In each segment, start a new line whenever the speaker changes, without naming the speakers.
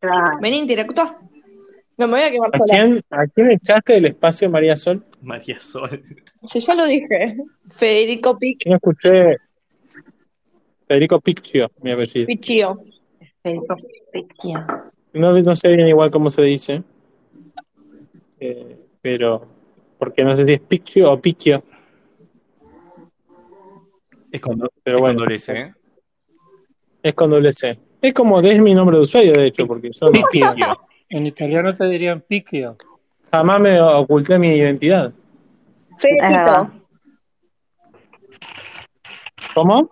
Claro.
Vení, interactúa. No me voy a quemar
¿A
sola.
quién, ¿A quién echaste del espacio, María Sol?
María Sol.
Sí, ya lo dije. Federico Pic
Yo escuché Federico Picchio, mi apellido.
Pichio.
Federico Pecchio.
No, no sé bien igual cómo se dice, eh, pero porque no sé si es Picchio o Picchio.
Es cuando,
Pero
es
bueno.
cuando le dice, ¿eh?
Es con doble C. Es como es mi nombre de usuario, de hecho, porque yo no-
Picchio.
En italiano te dirían picchio.
jamás me oculté mi identidad.
Ah.
Fedepito.
¿Cómo?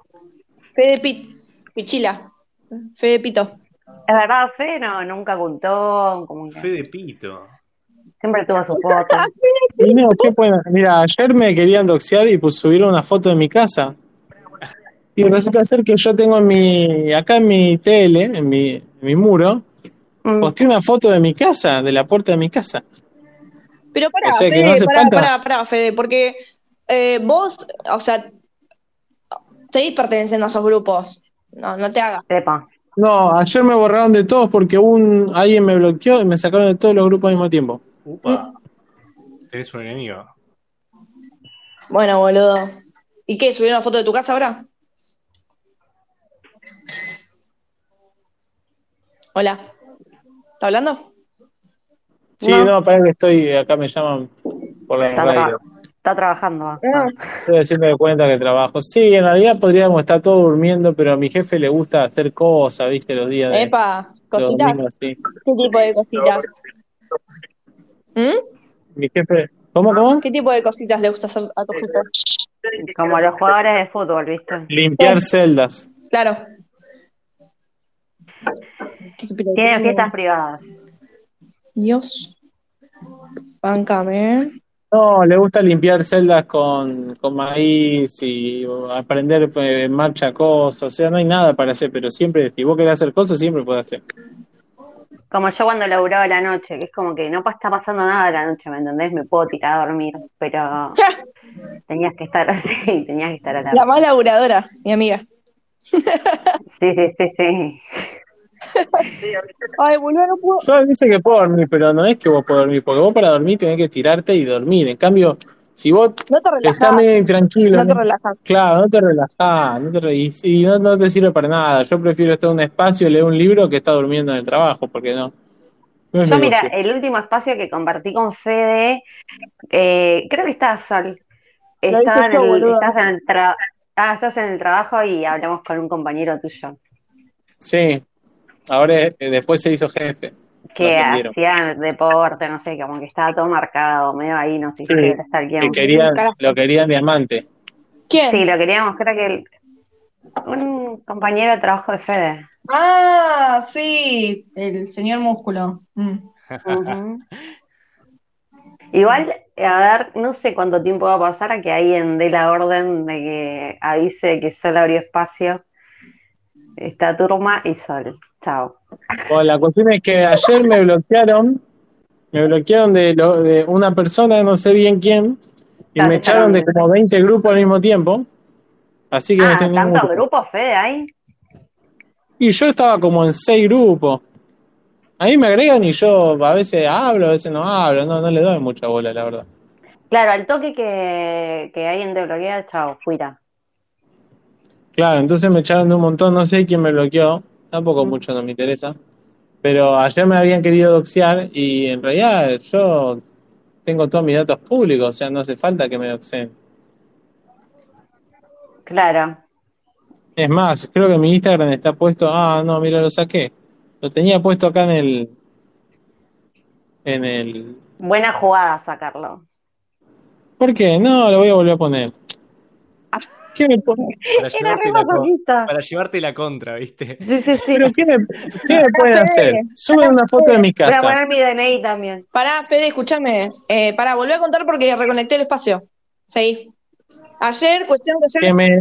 Fede Pi- Pichila. Fedepito.
Es verdad, Fe no, nunca contó, como que
Fede Pito.
siempre tuvo su foto.
Y no, qué bueno. Mira, ayer me querían doxear y pues subieron una foto de mi casa. Y resulta ser que yo tengo en mi, acá en mi tele, en mi, en mi muro,
Mm.
posté una foto de mi casa, de la puerta de mi casa.
Pero pará,
O sea, que
Fede,
no hace
pará,
falta.
pará, pará, Fede, porque eh, vos, o sea, seguís perteneciendo a esos grupos. No, no te hagas.
Sepa.
No, ayer me borraron de todos porque un, alguien me bloqueó y me sacaron de todos los grupos al mismo tiempo.
Upa. Tenés un enemigo.
Bueno, boludo. ¿Y qué? ¿Subieron la foto de tu casa ahora? Hola. ¿Está hablando?
Sí,
No.
no, parece que estoy, acá me llaman por la
Está,
radio.
tra- está trabajando. Ah.
Estoy haciendo de cuenta que trabajo. Sí, en realidad podríamos estar todos durmiendo, pero a mi jefe le gusta hacer cosas, viste, los días de,
Epa,
de
cositas.
domingo, sí.
¿Qué tipo de cositas? ¿Mm?
Mi jefe, ¿cómo, cómo?
¿Qué tipo de cositas le gusta hacer a tu jefe?
Como los jugadores de fútbol, ¿viste?
Limpiar celdas.
Claro.
Tienen fiestas privadas.
Dios. Bancame. ¿eh?
No, le gusta limpiar celdas con, con maíz y aprender eh, en marcha cosas. O sea, no hay nada para hacer, pero siempre, si vos querés hacer cosas, siempre podés hacer.
Como yo cuando laburaba a la noche, que es como que no pa- está pasando nada a la noche, ¿me entendés? Me puedo tirar a dormir, pero tenías que estar así, tenías que estar a la...
La más laburadora, mi amiga.
Sí, sí, sí, sí.
Ay, boludo, no puedo.
Yo dice que puedo dormir, pero no es que vos podés dormir, porque vos para dormir tenés que tirarte y dormir. En cambio, si vos
No te
estás
relajás.
medio intranquilo,
No te
¿no?
relajás.
Claro, no te relajás, no te re- y, y no, no te sirve para nada. Yo prefiero estar en un espacio, leer un libro que estar durmiendo en el trabajo, porque no. no es
Yo, mira,
negocio.
el último espacio que compartí con Fede, eh, creo que estaba Sol.
Lo
Estaba
hice
en
yo,
el-
boluda.
estás, en el tra- ah, estás en el trabajo y hablamos con un compañero tuyo
Sí, ahora eh, después se hizo jefe. Lo
que
ascendieron.
hacía deporte, no sé, como que estaba todo marcado, medio ahí, no sé
Sí,
qué hasta el
Que
guión.
querían,
Carajo.
lo querían diamante.
¿Quién?
Sí, lo queríamos, creo que el- un compañero de trabajo de Fede.
Ah, sí, el señor músculo. Mm.
Ujú. Igual, a ver, no sé cuánto tiempo va a pasar a que alguien dé la orden de que avise que Sol abrió espacio. Está Turma y Sol. Chao.
Bueno, la cuestión es que ayer me bloquearon, me bloquearon de, lo- de una persona, no sé bien quién, y
Ah,
me
te
echaron de
echaron.
como 20 grupos al mismo tiempo. Así que no
Ah,
estoy en ningún
¿tantos
grupo.
grupos, Fede, hay?
Y yo estaba como en seis grupos. Ahí me agregan y yo a veces hablo, a veces no hablo, no, no le doy mucha bola, la verdad.
Claro, al toque que, que alguien te bloquea, chao, fuera.
Claro, entonces me echaron de un montón, no sé quién me bloqueó, tampoco mucho no me interesa. Pero ayer me habían querido doxear y en realidad yo tengo todos mis datos públicos, o sea, no hace falta que me doxeen.
Claro.
Es más, creo que mi Instagram está puesto, ah, no, mira, lo saqué. Lo tenía puesto acá en el en el
Buena jugada sacarlo.
¿Por qué? No, lo voy a volver a poner. ¿Qué me pone?
Para
Era re
llevarte, la, con-
masoquista.
para llevarte la contra, ¿viste?
Sí, sí, sí.
¿Pero qué me, qué me pueden hacer? Suben una foto de mi
Voy a
casa.
poner mi DNI también.
Pará, Fede, escúchame. Eh, pará, volví a contar porque reconecté el espacio. Seguí. Ayer, cuestión que
Que
ayer.
me,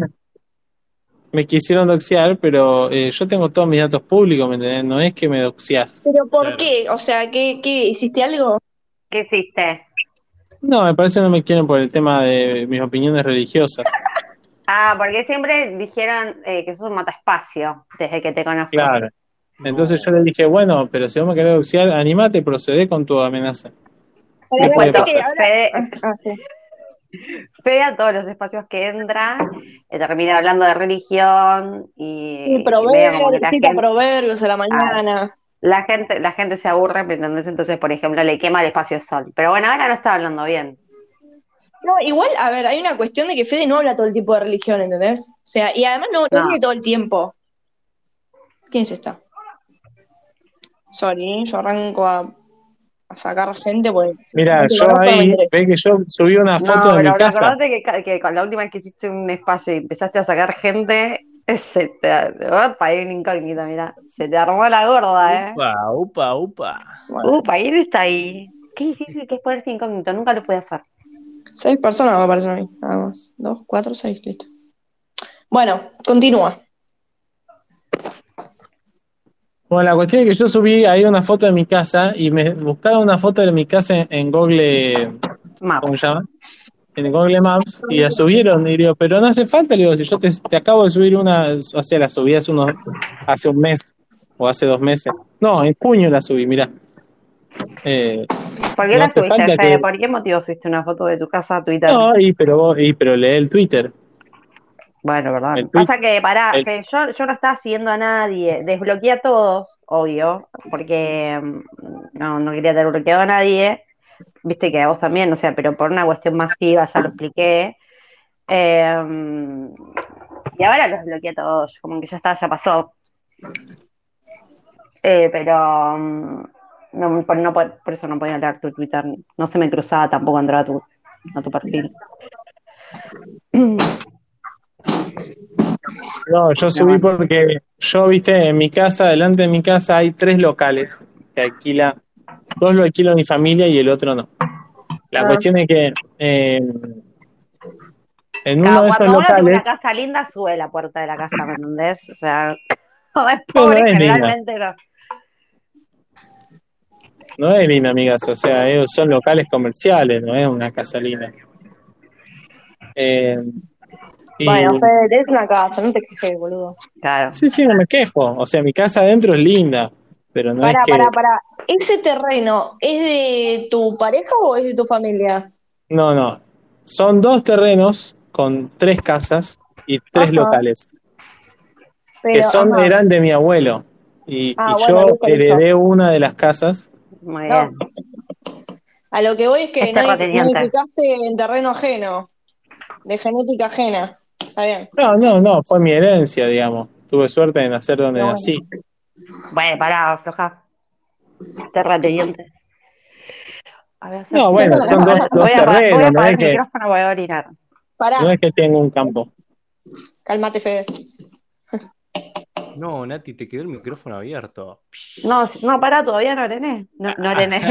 me quisieron doxear, pero eh, yo tengo todos mis datos públicos, ¿me entendés? No es que me doxias.
¿Pero por
Claro.
qué? O sea, ¿qué, qué? ¿Hiciste algo?
¿Qué hiciste?
No, me parece que no me quieren por el tema de mis opiniones religiosas.
Ah, porque siempre dijeron eh, que sos un mataespacio desde que te conozco.
Claro. Entonces yo le dije, bueno, pero si vos me querés doxiar, animate, procedé con tu amenaza.
Les
puede
cuento que
pasar.
Fede,
Ah, sí.
Fede a todos los espacios que entra eh, termina hablando de religión y,
Y
medio como que
proverbios,
la,
cita
gente,
proverbios a la mañana.
la gente la gente se aburre, ¿me entendés? Entonces, por ejemplo, le quema el espacio sol. Pero bueno, ahora no está hablando bien.
No, igual, a ver, hay una cuestión de que Fede no habla todo el tipo de religión, ¿entendés? O sea, y además no, no
No.
viene todo el tiempo. ¿Quién es esta? Sorry, yo arranco a, a sacar gente porque...
Mira,
no te
yo
conozco, me
ahí,
interesa.
ve que yo subí una foto
no,
de mi
pero
casa.
acordate que, ca- que con la última vez que hiciste un espacio y empezaste a sacar gente, se te, opa, hay una incógnita, mira, se te armó la gorda, ¿eh?
Upa, upa, upa.
Uh.
Upa, y él está ahí. Qué difícil que es ponerse incógnito, nunca lo pude hacer.
Seis personas me aparecen a mí, nada más. Dos, cuatro, seis, listo. Bueno, continúa.
Bueno, la cuestión es que yo subí ahí una foto de mi casa y me buscaron una foto de mi casa en, en Google,
Maps.
¿cómo se llama? En Google Maps y la subieron. Y digo, pero no hace falta, le digo, si yo te, te acabo de subir una, o sea, la subí hace, unos, hace un mes o hace dos meses. No, en junio la subí, mirá. Eh,
¿Por qué
No
la
hace
subiste,
falta
Fede?
que-
¿Por qué motivo subiste una foto de tu casa a Twitter?
no, y pero, vos- y pero lee el Twitter.
Bueno, verdad.
El
Pasa que, pará,
el-
Fede, yo, yo no estaba siguiendo a nadie. Desbloqueé a todos, obvio, porque mm, no, no quería tener bloqueado a nadie. Viste que a vos también, o sea, pero por una cuestión masiva, ya lo expliqué. Eh, y ahora los bloqueé a todos, como que ya está, ya pasó. Eh, pero mm, no, por, no- por- por eso no podía hablar tu Twitter. No se me cruzaba tampoco entrar a tu, a tu perfil.
No, yo subí porque yo, viste, en mi casa, delante de mi casa hay tres locales que alquila, dos lo alquilo mi familia y el otro no. La
Ah.
cuestión es que eh, en
Cada
uno de esos
cuando uno tiene una
locales,
casa linda, sube la puerta de la casa, ¿me entendés? O sea, como es
Pero no
pobre,
es linda.
generalmente no.
no es linda, amigas, o sea, ellos son locales comerciales, no es una casa linda. Eh, y-
Bueno, Fede, tenés una casa, no te quejes, boludo.
Claro.
sí, sí, no me quejo, o sea, mi casa adentro es linda, pero no
Pará,
es que...
pará, pará. ¿Ese terreno es de tu pareja o es de tu familia?
No, no. Son dos terrenos con tres casas y tres
Ajá.
locales,
Pero,
que son,
ajá.
eran de mi abuelo. Y,
Ah,
y
bueno,
yo
listo, listo.
heredé una de las casas.
Muy
No.
bien.
A lo que voy es que
Es
no
terrateniente.
edificaste en terreno ajeno, de genética ajena. Está bien.
No, no, no, fue mi herencia, digamos. Tuve suerte de nacer donde
Bueno.
nací.
Bueno, pará, afloja. Terrateniente. A ver,
No, bueno,
son dos-
dos
voy a apagar-
terrenos,
voy a
no
apagar
es
el
que-
micrófono, voy a orinar.
Pará,
No es que tengo un campo.
calmate, Fede.
No, Nati, te quedó el micrófono abierto.
No, no, pará, todavía no orené. No, no orené.